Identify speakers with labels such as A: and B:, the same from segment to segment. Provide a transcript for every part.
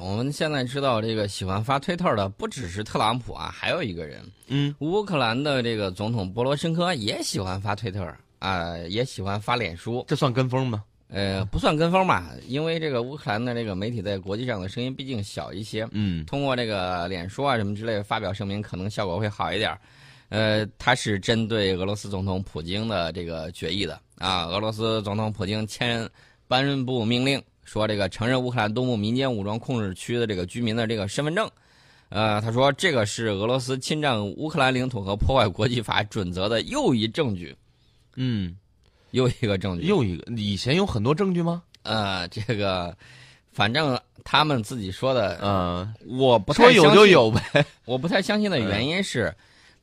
A: 我们现在知道，这个喜欢发推特的不只是特朗普啊，还有一个人，
B: 嗯，
A: 乌克兰的这个总统博罗申科也喜欢发推特啊、也喜欢发脸书。
B: 这算跟风吗？
A: 呃，不算跟风吧，因为这个乌克兰的这个媒体在国际上的声音毕竟小一些，
B: 嗯，
A: 通过这个脸书啊什么之类的发表声明，可能效果会好一点儿。呃，他是针对俄罗斯总统普京的这个决议的啊。俄罗斯总统普京签颁布命令，说这个承认乌克兰东部民间武装控制区的这个居民的这个身份证。呃，他说这个是俄罗斯侵占乌克兰领土和破坏国际法准则的又一证据，
B: 嗯，
A: 又一个证据。
B: 又一个，以前有很多证据吗？
A: 呃，这个反正他们自己说的，
B: 嗯，
A: 我不
B: 说
A: 太
B: 有
A: 相
B: 就
A: 信
B: 有呗。
A: 我不太相信的原因是，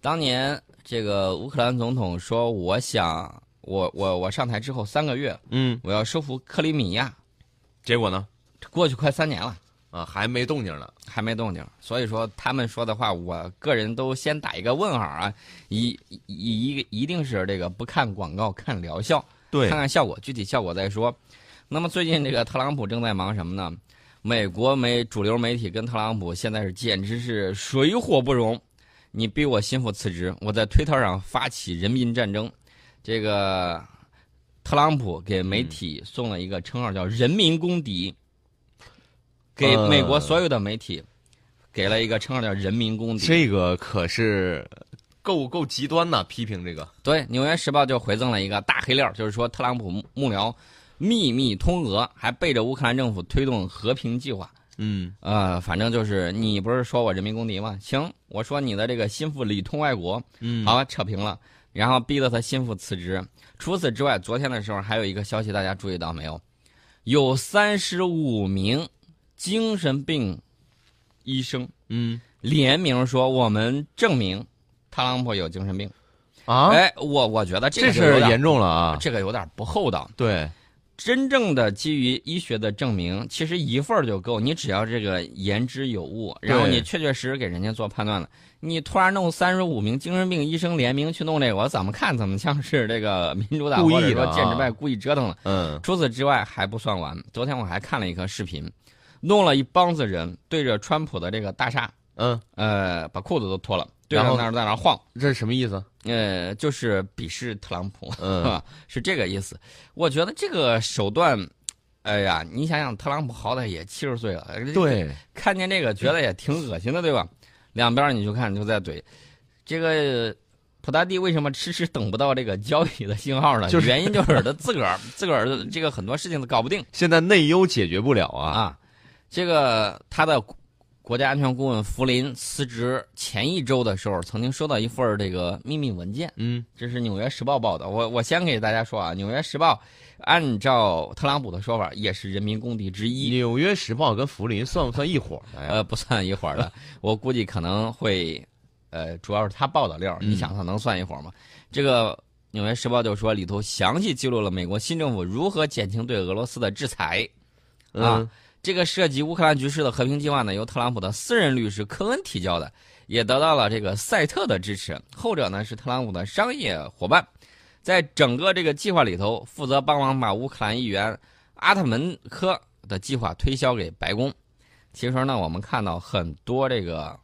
A: 当年这个乌克兰总统说：“我想，我我我上台之后三个月，
B: 嗯，
A: 我要收复克里米亚。
B: 结果呢？”
A: 过去快三年了，
B: 啊，还没动静呢。
A: 还没动静，所以说他们说的话，我个人都先打一个问号啊！一一一一定是这个不看广告，看疗效。
B: 对
A: 看看效果，具体效果再说。那么最近这个特朗普正在忙什么呢？美国媒主流媒体跟特朗普现在是简直是水火不容。你逼我心腹辞职，我在推特上发起人民战争。这个特朗普给
B: 嗯
A: 媒体送了一个称号叫“人民公敌”，给
B: 呃
A: 美国所有的媒体给了一个称号叫“人民公敌”。
B: 这个可是够够极端呐，批评这个。
A: 对，《纽约时报》就回赠了一个大黑料，就是说特朗普幕幕僚秘密通俄，还背着乌克兰政府推动和平计划。
B: 嗯，
A: 呃，反正就是你不是说我人民公敌吗？行，我说你的这个心腹里通外国，
B: 嗯
A: 好扯平了，然后逼得他心腹辞职。除此之外，昨天的时候还有一个消息，大家注意到没有？有三十五名精神病医生
B: 嗯
A: 联名说，我们证明特朗普有精神病。
B: 啊，
A: 哎，我我觉得这
B: 这
A: 个就
B: 事
A: 有
B: 儿
A: 点
B: 严重了啊。
A: 这个有点不厚道。
B: 对，
A: 真正的基于医学的证明，其实一份儿就够。你只要这个言之有物，然后
B: 对
A: 你确确实实给人家做判断了。你突然弄三十五名精神病医生联名去弄这个，我怎么看怎么像是这个民主党
B: 故意
A: 或者说
B: 的啊
A: 建制派故意折腾了。
B: 嗯
A: 除此之外还不算完，昨天我还看了一个视频，弄了一帮子人对着川普的这个大厦，
B: 嗯，
A: 呃，把裤子都脱了，对着
B: 然后
A: 那儿在那儿晃，
B: 这是什么意思？
A: 呃，就是鄙视特朗普。
B: 嗯
A: 啊，是这个意思。我觉得这个手段，哎呀，你想想，特朗普好歹也七十岁了，这，
B: 对，
A: 看见这个觉得也挺恶心的，对吧？两边儿你就看就在怼，这个普大帝为什么迟迟等不到这个交易的信号呢？
B: 就是
A: 原因就是他自个儿自个儿的这个很多事情都搞不定
B: 现在内忧解决不了啊。
A: 啊。这个他的国国家安全顾问福林辞职前一周的时候，曾经收到一份儿这个秘密文件。
B: 嗯
A: 这是《纽约时报》报道。我我先给大家说啊，《纽约时报》按照特朗普的说法，也是人民公敌之一。
B: 纽约时报跟福林算不算一伙的呀？
A: 呃，不算一伙儿的，我估计可能会，呃，主要是他报的料儿，
B: 嗯
A: 你想他能算一伙儿吗？这个《纽约时报》就说里头详细记录了美国新政府如何减轻对俄罗斯的制裁。啊
B: 嗯，
A: 这个涉及乌克兰局势的和平计划呢，由特朗普的私人律师科恩提交的，也得到了这个赛特的支持。后者呢是特朗普的商业伙伴，在整个这个计划里头，负责帮忙把乌克兰议员阿特门科的计划推销给白宫。其实呢，我们看到很多这个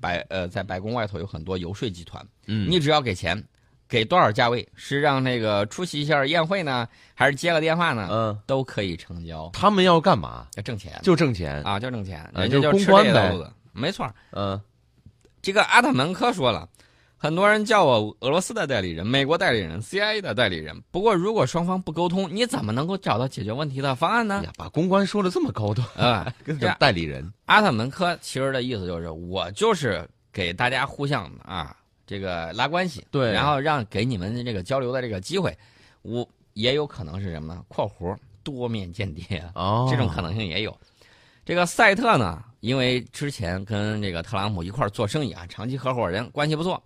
A: 白呃，在白宫外头有很多游说集团，
B: 嗯，
A: 你只要给钱，给多少价位，是让那个出席一下宴会呢，还是接个电话呢，
B: 嗯，
A: 都可以成交，
B: 他们要干嘛？
A: 要挣钱。
B: 就挣钱。
A: 啊，就挣钱，
B: 啊
A: 人
B: 就
A: 家
B: 是
A: 吃
B: 公关
A: 这个
B: 呗
A: 路子，没错儿。
B: 嗯
A: 这个阿特门科说了，很多人叫我俄罗斯的代理人、美国代理人、CIA 的代理人。不过，如果双方不沟通，你怎么能够找到解决问题的方案呢？
B: 哎呀，把公关说的这么 高端，
A: 啊、
B: 跟
A: 这
B: 这
A: 样
B: 代理人。
A: 阿特门科其实的意思就是，我就是给大家互相啊这个拉关系，
B: 对
A: 然后让给你们这个交流的这个机会。我也有可能是什么呢？（括弧多面间谍）啊
B: 哦，
A: 这种可能性也有。这个赛特呢，因为之前跟这个特朗普一块儿做生意啊，长期合伙人关系不错。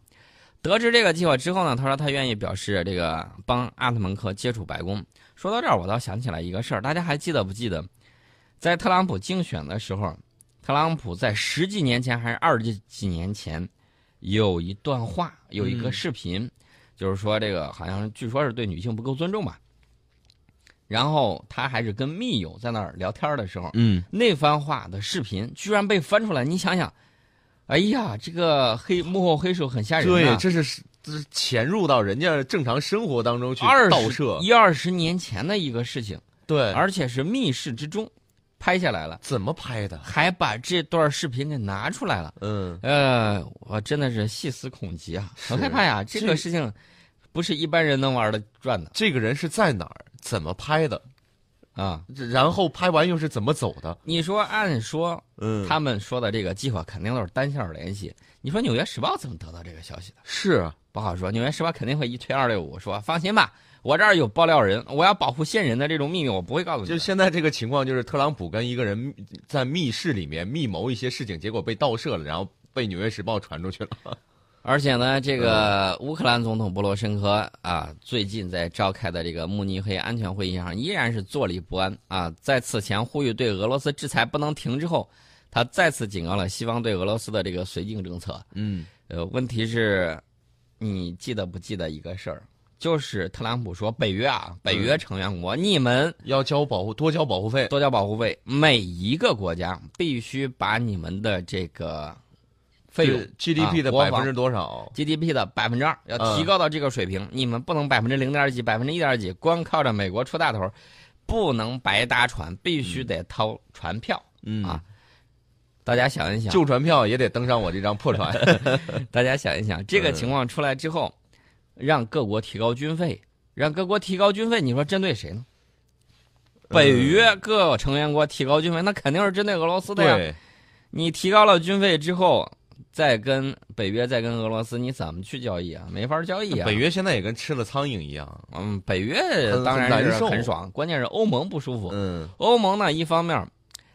A: 得知这个计划之后呢，他说他愿意表示这个帮阿特蒙克接触白宫。说到这儿，我倒想起来一个事儿，大家还记得不记得，在特朗普竞选的时候，特朗普在十几年前还是二十几年前，有一段话，有一个
B: 嗯
A: 视频，就是说这个好像据说是对女性不够尊重吧。然后他还是跟密友在那儿聊天的时候，
B: 嗯，
A: 那番话的视频居然被翻出来，你想想，哎呀，这个黑幕后黑手很吓人
B: 对，
A: 呐、
B: 这是这是潜入到人家正常生活当中去
A: 二
B: 盗
A: 十
B: 摄，
A: 一二十年前的一个事情，
B: 对，
A: 而且是密室之中拍下来了，
B: 怎么拍的？
A: 还把这段视频给拿出来了。
B: 嗯，
A: 呃，我真的是细思恐极啊，很害怕呀！这
B: 这
A: 个事情不是一般人能玩的转的
B: 这个人是在哪儿？怎么拍的？
A: 啊！
B: 这然后拍完又是怎么走的？
A: 你说，按说
B: 嗯
A: 他们说的这个计划肯定都是单线联系。你说《纽约时报》怎么得到这个消息的？
B: 是啊
A: 不好说，《纽约时报》肯定会一推二六五，说放心吧，我这儿有爆料人，我要保护线人的这种秘密，我不会告诉你
B: 就
A: 的。
B: 现在这个情况，就是特朗普跟一个人密在密室里面密谋一些事情，结果被盗摄了，然后被《纽约时报》传出去了。
A: 而且呢，这个乌克兰总统波罗申科啊，最近在召开的这个慕尼黑安全会议上，依然是坐立不安啊。在此前呼吁对俄罗斯制裁不能停之后，他再次警告了西方对俄罗斯的这个绥靖政策。
B: 嗯，
A: 呃，问题是，你记得不记得一个事儿？就是特朗普说，北约啊，北约成员国，你们
B: 要交保护，多交保护费。
A: 多交保护费，每一个国家必须把你们的这个费用啊
B: 对 GDP 的
A: 国
B: 百
A: 防
B: 分之多少？
A: GDP 的百分之二要
B: 嗯
A: 提高到这个水平，你们不能百分之零点几、百分之一点几，光靠着美国出大头，不能白搭船，必须得掏船票。
B: 嗯
A: 啊大家想一想，
B: 旧船票也得登上我这张 破船。
A: 大家想一想，这
B: 嗯
A: 个情况出来之后，让各国提高军费，让各国提高军费，你说针对谁呢？北
B: 嗯
A: 约各成员国提高军费，那肯定是针对俄罗斯的呀。
B: 对，
A: 你提高了军费之后，再跟北约、再跟俄罗斯，你怎么去交易啊？没法交易啊！
B: 北约现在也跟吃了苍蝇一样。
A: 嗯，北约当然
B: 很
A: 是
B: 难受
A: 很爽，关键是欧盟不舒服。
B: 嗯，
A: 欧盟呢，一方面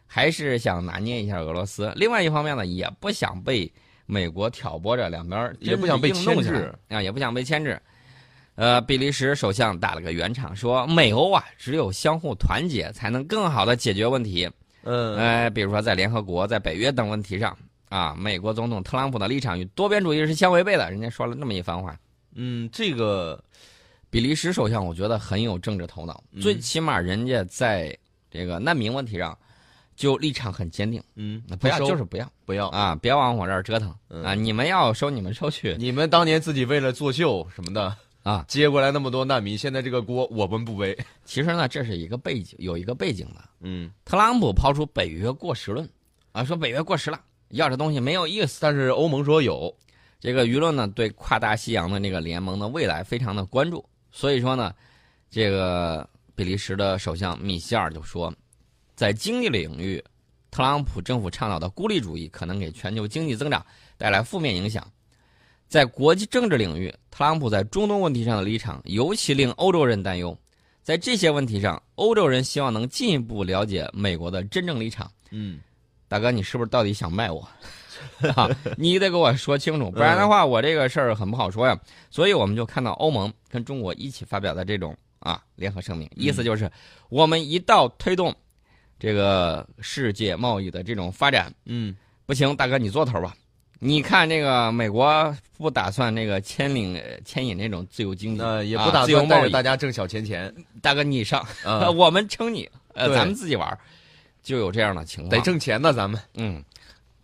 A: 还是想拿捏一下俄罗斯，另外一方面呢，也不想被美国挑拨着，两边儿
B: 也不想被
A: 真是硬弄起来
B: 牵制
A: 啊，也不想被牵制。呃，比利时首相打了个圆场，说美欧啊，只有相互团结，才能更好的解决问题。
B: 嗯，
A: 呃，比如说在联合国、在北约等问题上啊，美国总统特朗普的立场与多边主义是相违背的。人家说了那么一番话，
B: 嗯，这个
A: 比利时首相，我觉得很有政治头脑，
B: 嗯
A: 最起码人家在这个难民问题上就立场很坚定，
B: 嗯
A: 那，不
B: 不
A: 要
B: 收
A: 就是不要
B: 不要。
A: 啊，别往我这儿折腾
B: 嗯
A: 啊！你们要收你们收去
B: 你们当年自己为了作秀什么的
A: 啊。
B: 接过来那么多难民，现在这个锅我们不背。
A: 其实呢，这是一个背景，有一个背景的。
B: 嗯，
A: 特朗普抛出北约过时论啊，说北约过时了，要这东西没有意思。
B: 但是欧盟说有，
A: 这个舆论呢，对跨大西洋的这个联盟的未来非常的关注，所以说呢，这个比利时的首相米歇尔就说，在经济领域，特朗普政府倡导的孤立主义可能给全球经济增长带来负面影响。在国际政治领域，特朗普在中东问题上的立场尤其令欧洲人担忧。在这些问题上，欧洲人希望能进一步了解美国的真正立场。
B: 嗯，
A: 大哥，你是不是到底想卖我？ 啊，你得给我说清楚，不然的话，
B: 嗯
A: 我这个事儿很不好说呀。所以我们就看到欧盟跟中国一起发表的这种啊联合声明，
B: 嗯
A: 意思就是我们一道推动这个世界贸易的这种发展。
B: 嗯，
A: 不行，大哥你做头吧。你看这个美国不打算那个牵领呃牵引那种自由经济，
B: 那呃也不
A: 啊
B: 打
A: 自由
B: 算带
A: 贸
B: 着
A: 易。
B: 大家挣小钱钱，
A: 大哥你上，，
B: 啊
A: 我们撑你，呃，
B: 对
A: 咱们自己玩儿，就有这样的情况。
B: 得挣钱呢，咱们。
A: 嗯，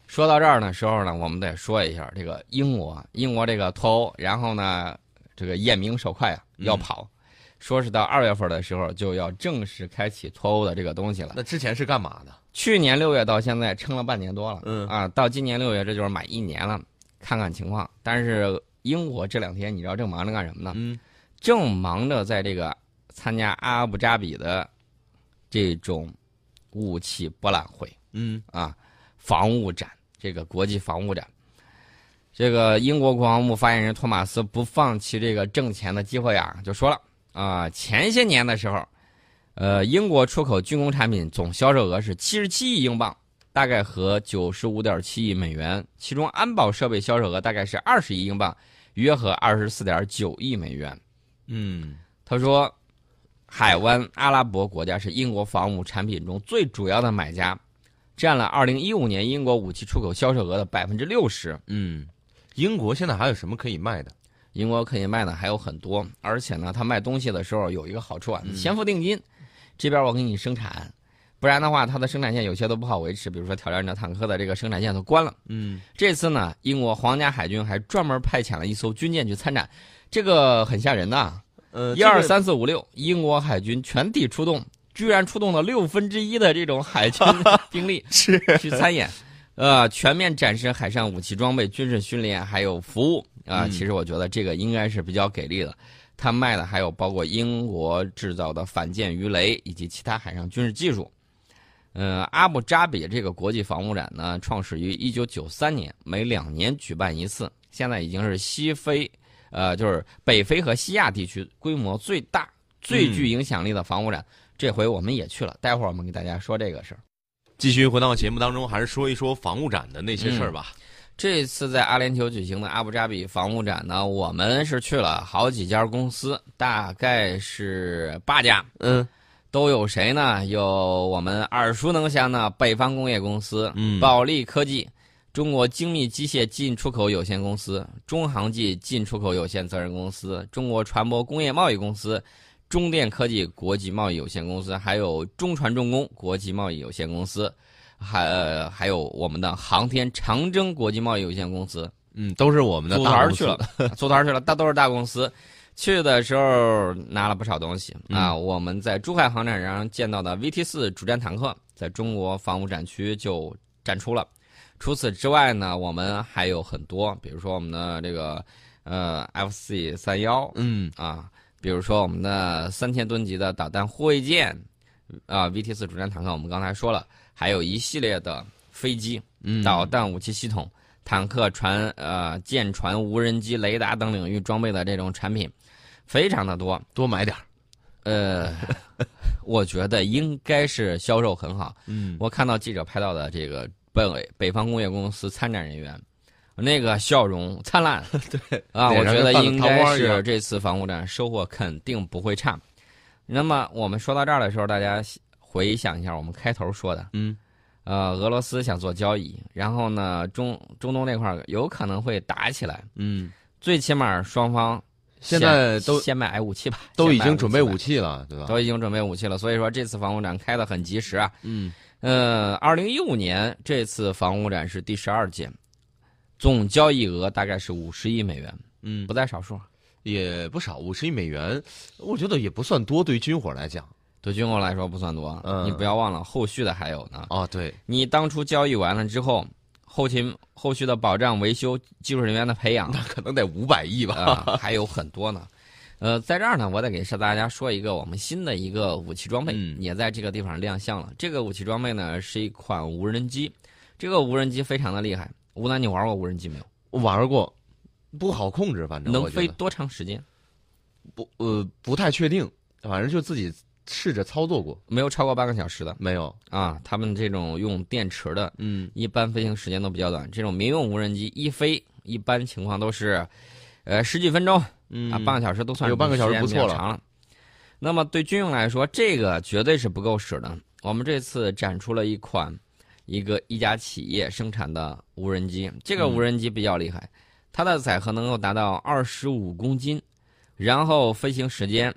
A: 说到这儿的时候呢，我们得说一下这个英国，英国这个脱欧，然后呢，这个夜明手快啊，
B: 嗯
A: 要跑，说是到二月份的时候就要正式开启脱欧的这个东西了。
B: 那之前是干嘛的？
A: 去年六月到现在撑了半年多了，
B: 嗯
A: 啊，到今年六月这就是满一年了，看看情况。但是英国这两天你知道正忙着干什么呢？
B: 嗯
A: 正忙着在这个参加阿布扎比的这种雾气博览会。
B: 嗯
A: 啊，防务展，这个国际防务展。这个英国国防部发言人托马斯不放弃这个挣钱的机会啊，就说了啊、前些年的时候，呃，英国出口军工产品总销售额是七十七亿英镑，大概和九十五点七亿美元，其中安保设备销售额大概是二十亿英镑，约合二十四点九亿美元。
B: 嗯，
A: 他说，海湾阿拉伯国家是英国防务产品中最主要的买家，占了2015年英国武器出口销售额的百分之六十。
B: 嗯，英国现在还有什么可以卖的？
A: 英国可以卖的还有很多，而且呢，他卖东西的时候有一个好处啊，你先付定金，这边我给你生产，不然的话，它的生产线有些都不好维持，比如说调料战坦克的这个生产线都关了。
B: 嗯，
A: 这次呢，英国皇家海军还专门派遣了一艘军舰去参展，这个很吓人的啊。
B: 呃，
A: 一二三 四五六，英国海军全体出动，居然出动了六分之一的这种海军兵力
B: 是
A: 去参演，呃，全面展示海上武器装备、军事训练还有服务啊、
B: 嗯
A: 其实我觉得这个应该是比较给力的。他卖的还有包括英国制造的反舰鱼雷以及其他海上军事技术。呃，阿布扎比这个国际防务展呢，创始于一九九三年，每两年举办一次，现在已经是西非，呃，就是北非和西亚地区规模最大、最具影响力的防务展。这回我们也去了，待会儿我们给大家说这个事儿。
B: 继续回到节目当中，还是说一说防务展的那些事儿吧。
A: 这次在阿联酋举行的阿布扎比防务展呢，我们是去了好几家公司，大概是八家，
B: 嗯
A: 都有谁呢？有我们耳熟能详的北方工业公司、
B: 嗯
A: 保利科技、中国精密机械进出口有限公司、中航技进出口有限责任公司、中国船舶工业贸易公司、中电科技国际贸易有限公司，还有中船重工国际贸易有限公司，还、呃、还有我们的航天长征国际贸易有限公司。
B: 嗯，都是我们的
A: 组
B: 大
A: 团
B: 公司
A: 去了， 组团去了，大都是大公司。去的时候拿了不少东西、
B: 嗯
A: 啊！我们在珠海航展上见到的 VT 四主战坦克，在中国防务展区就展出了。除此之外呢，我们还有很多，比如说我们的这个呃 FC 三幺
B: 嗯，
A: 啊，比如说我们的三千吨级的导弹护卫舰啊，VT 四主战坦克，我们刚才说了，还有一系列的飞机，
B: 嗯
A: 导弹武器系统、坦克、船、呃舰船、无人机、雷达等领域装备的这种产品，非常的多。
B: 多买点儿。
A: 呃， 我觉得应该是销售很好。
B: 嗯，
A: 我看到记者拍到的这个北北方工业公司参展人员，那个笑容灿 烂。对啊，我
B: 脸上
A: 觉得
B: 跟
A: 应
B: 放了糖
A: 该
B: 花一
A: 是
B: 样
A: 这次防护战收获肯定不会差。那么我们说到这儿的时候，大家回想一下我们开头说的，
B: 嗯，
A: 呃，俄罗斯想做交易，然后呢，中中东那块儿有可能会打起来，
B: 嗯，
A: 最起码双方
B: 现
A: 先
B: 在都
A: 先买武器吧，
B: 都
A: 先
B: 已
A: 买
B: 经准备
A: 吧
B: 武器了，对吧？
A: 都已经准备武器了，所以说这次防务展开的很及时啊。
B: 嗯，
A: 呃，二零一五年这次房屋展是第十二届，总交易额大概是五十亿美元，
B: 嗯，
A: 不在少数。
B: 也不少，五十亿美元，我觉得也不算多，对于军火来讲。
A: 对军工来说不算多，
B: 嗯
A: 你不要忘了后续的还有呢。
B: 哦，对，
A: 你当初交易完了之后，后勤后续的保障、维修、技术人员的培养
B: 可能得五百亿吧。
A: 啊、 还有很多呢。呃，在这儿呢，我得给大家说一个我们新的一个武器装备，
B: 嗯
A: 也在这个地方亮相了。这个武器装备呢是一款无人机，这个无人机非常的厉害。吴楠，你玩过无人机没有？
B: 玩过，不好控制，反正
A: 能
B: 我觉
A: 飞
B: 得
A: 多长时间？
B: 不呃不太确定，反正就自己试着操作过，
A: 没有超过半个小时的
B: 没有。
A: 啊。他们这种用电池的，
B: 嗯，
A: 一般飞行时间都比较短。这种民用无人机一飞，一般情况都是，呃，十几分钟
B: 嗯
A: 啊，半个小时都算是
B: 有半个小时
A: 时间
B: 不错
A: 比较长了。那么对军用来说，这个绝对是不够使的。我们这次展出了一款一个一家企业生产的无人机，这
B: 嗯
A: 个无人机比较厉害，它的载荷能够达到二十五公斤，然后飞行时间，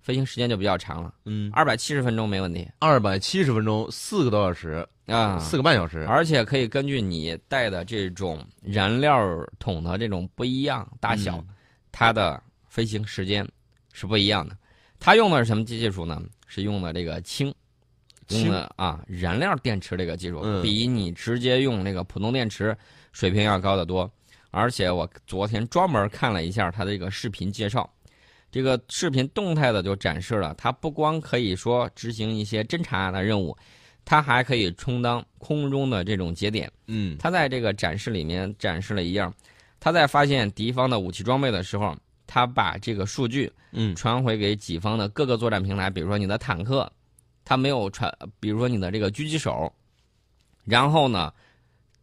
A: 飞行时间就比较长了，
B: 嗯，
A: 二百七十分钟没问题
B: 二百七十分钟，四个多小时，
A: 啊，
B: 四个半小时。
A: 而且可以根据你带的这种燃料桶的这种不一样大小，它的飞行时间是不一样的。它用的是什么技技术呢？是用的这个氢，用
B: 氢
A: 的啊燃料电池这个技术，
B: 嗯
A: 比你直接用那个普通电池水平要高得多。而且我昨天专门看了一下它的这个视频介绍，这个视频动态的就展示了，它不光可以说执行一些侦察的任务，它还可以充当空中的这种节点。
B: 嗯
A: 他在这个展示里面展示了一样，他在发现敌方的武器装备的时候，他把这个数据
B: 嗯
A: 传回给己方的各个作战平台，比如说你的坦克，他没有传，比如说你的这个狙击手，然后呢，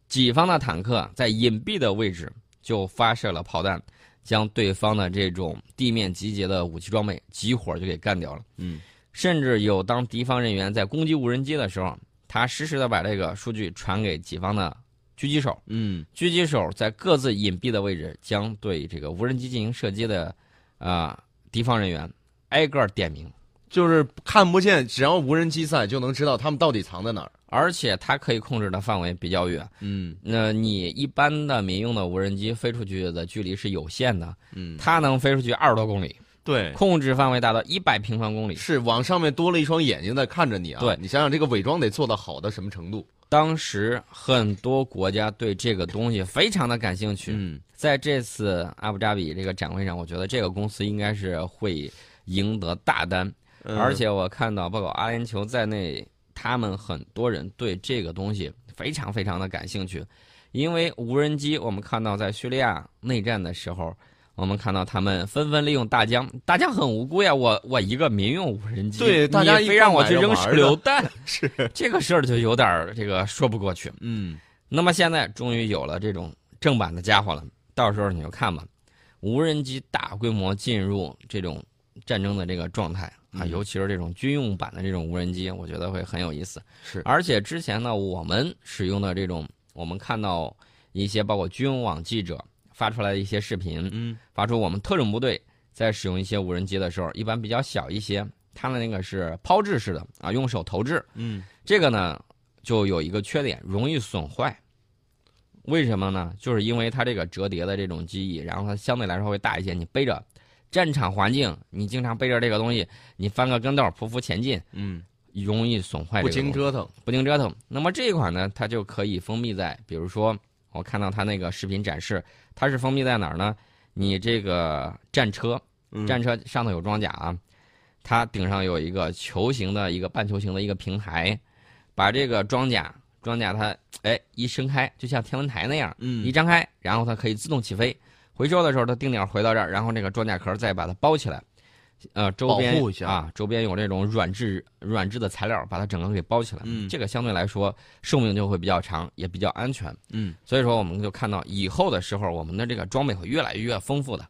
A: 己方的坦克在隐蔽的位置就发射了炮弹，将对方的这种地面集结的武器装备集火就给干掉了。
B: 嗯，
A: 甚至有当敌方人员在攻击无人机的时候，他实时的把这个数据传给己方的狙击手，
B: 嗯
A: 狙击手在各自隐蔽的位置将对这个无人机进行射击的啊、敌方人员挨个儿点名
B: 就是看不见，只要无人机在就能知道他们到底藏在哪儿。
A: 而且它可以控制的范围比较远。
B: 嗯
A: 那你一般的民用的无人机飞出去的距离是有限的，
B: 嗯，
A: 它能飞出去二十多公里，
B: 对，
A: 控制范围达到一百平方公里。
B: 是往上面多了一双眼睛在看着你啊。
A: 对
B: 你想想这个伪装得做到好到什么程度？
A: 当时很多国家对这个东西非常的感兴趣，
B: 嗯，
A: 在这次阿布扎比这个展会上，我觉得这个公司应该是会赢得大单，
B: 嗯
A: 而且我看到包括阿联酋在内，他们很多人对这个东西非常非常的感兴趣，因为无人机，我们看到在叙利亚内战的时候。我们看到他们纷纷利用大疆，大疆很无辜呀，我我一个民用无人机，
B: 对大家
A: 你
B: 一
A: 非让
B: 块
A: 我
B: 买
A: 去
B: 着
A: 扔
B: 玩
A: 手
B: 儿的
A: 榴弹，
B: 是
A: 这个事儿就有点儿这个说不过去。
B: 嗯
A: 那么现在终于有了这种正版的家伙了，到时候你就看吧，无人机大规模进入这种战争的这个状态啊，
B: 嗯
A: 尤其是这种军用版的这种无人机，我觉得会很有意思。
B: 是
A: 而且之前呢，我们使用的这种，我们看到一些包括军网记者发出来的一些视频，
B: 嗯
A: 发出我们特种部队在使用一些无人机的时候，一般比较小一些，它的那个是抛掷式的啊，用手投掷，
B: 嗯
A: 这个呢，就有一个缺点，容易损坏。为什么呢？就是因为它这个折叠的这种机翼，然后它相对来说会大一些。你背着战场环境，你经常背着这个东西，你翻个跟斗匍匐前进，
B: 嗯，
A: 容易损坏这
B: 不
A: 个东西
B: 经折腾。
A: 不经折腾。那么这一款呢，它就可以封闭在，比如说我看到它那个视频展示，它是封闭在哪儿呢？你这个战车，
B: 嗯
A: 战车上头有装甲啊，它顶上有一个球形的一个半球形的一个平台，把这个装甲装甲它哎一伸开，就像天文台那样
B: 嗯
A: 一张开，然后它可以自动起飞。回收的时候，它定点回到这儿，然后这个装甲壳再把它包起来，呃，周边
B: 保护一下
A: 啊，周边有这种软质软质的材料，把它整个给包起来。
B: 嗯
A: 这个相对来说寿命就会比较长，也比较安全。
B: 嗯
A: 所以说，我们就看到以后的时候，我们的这个装备会越来越丰富的。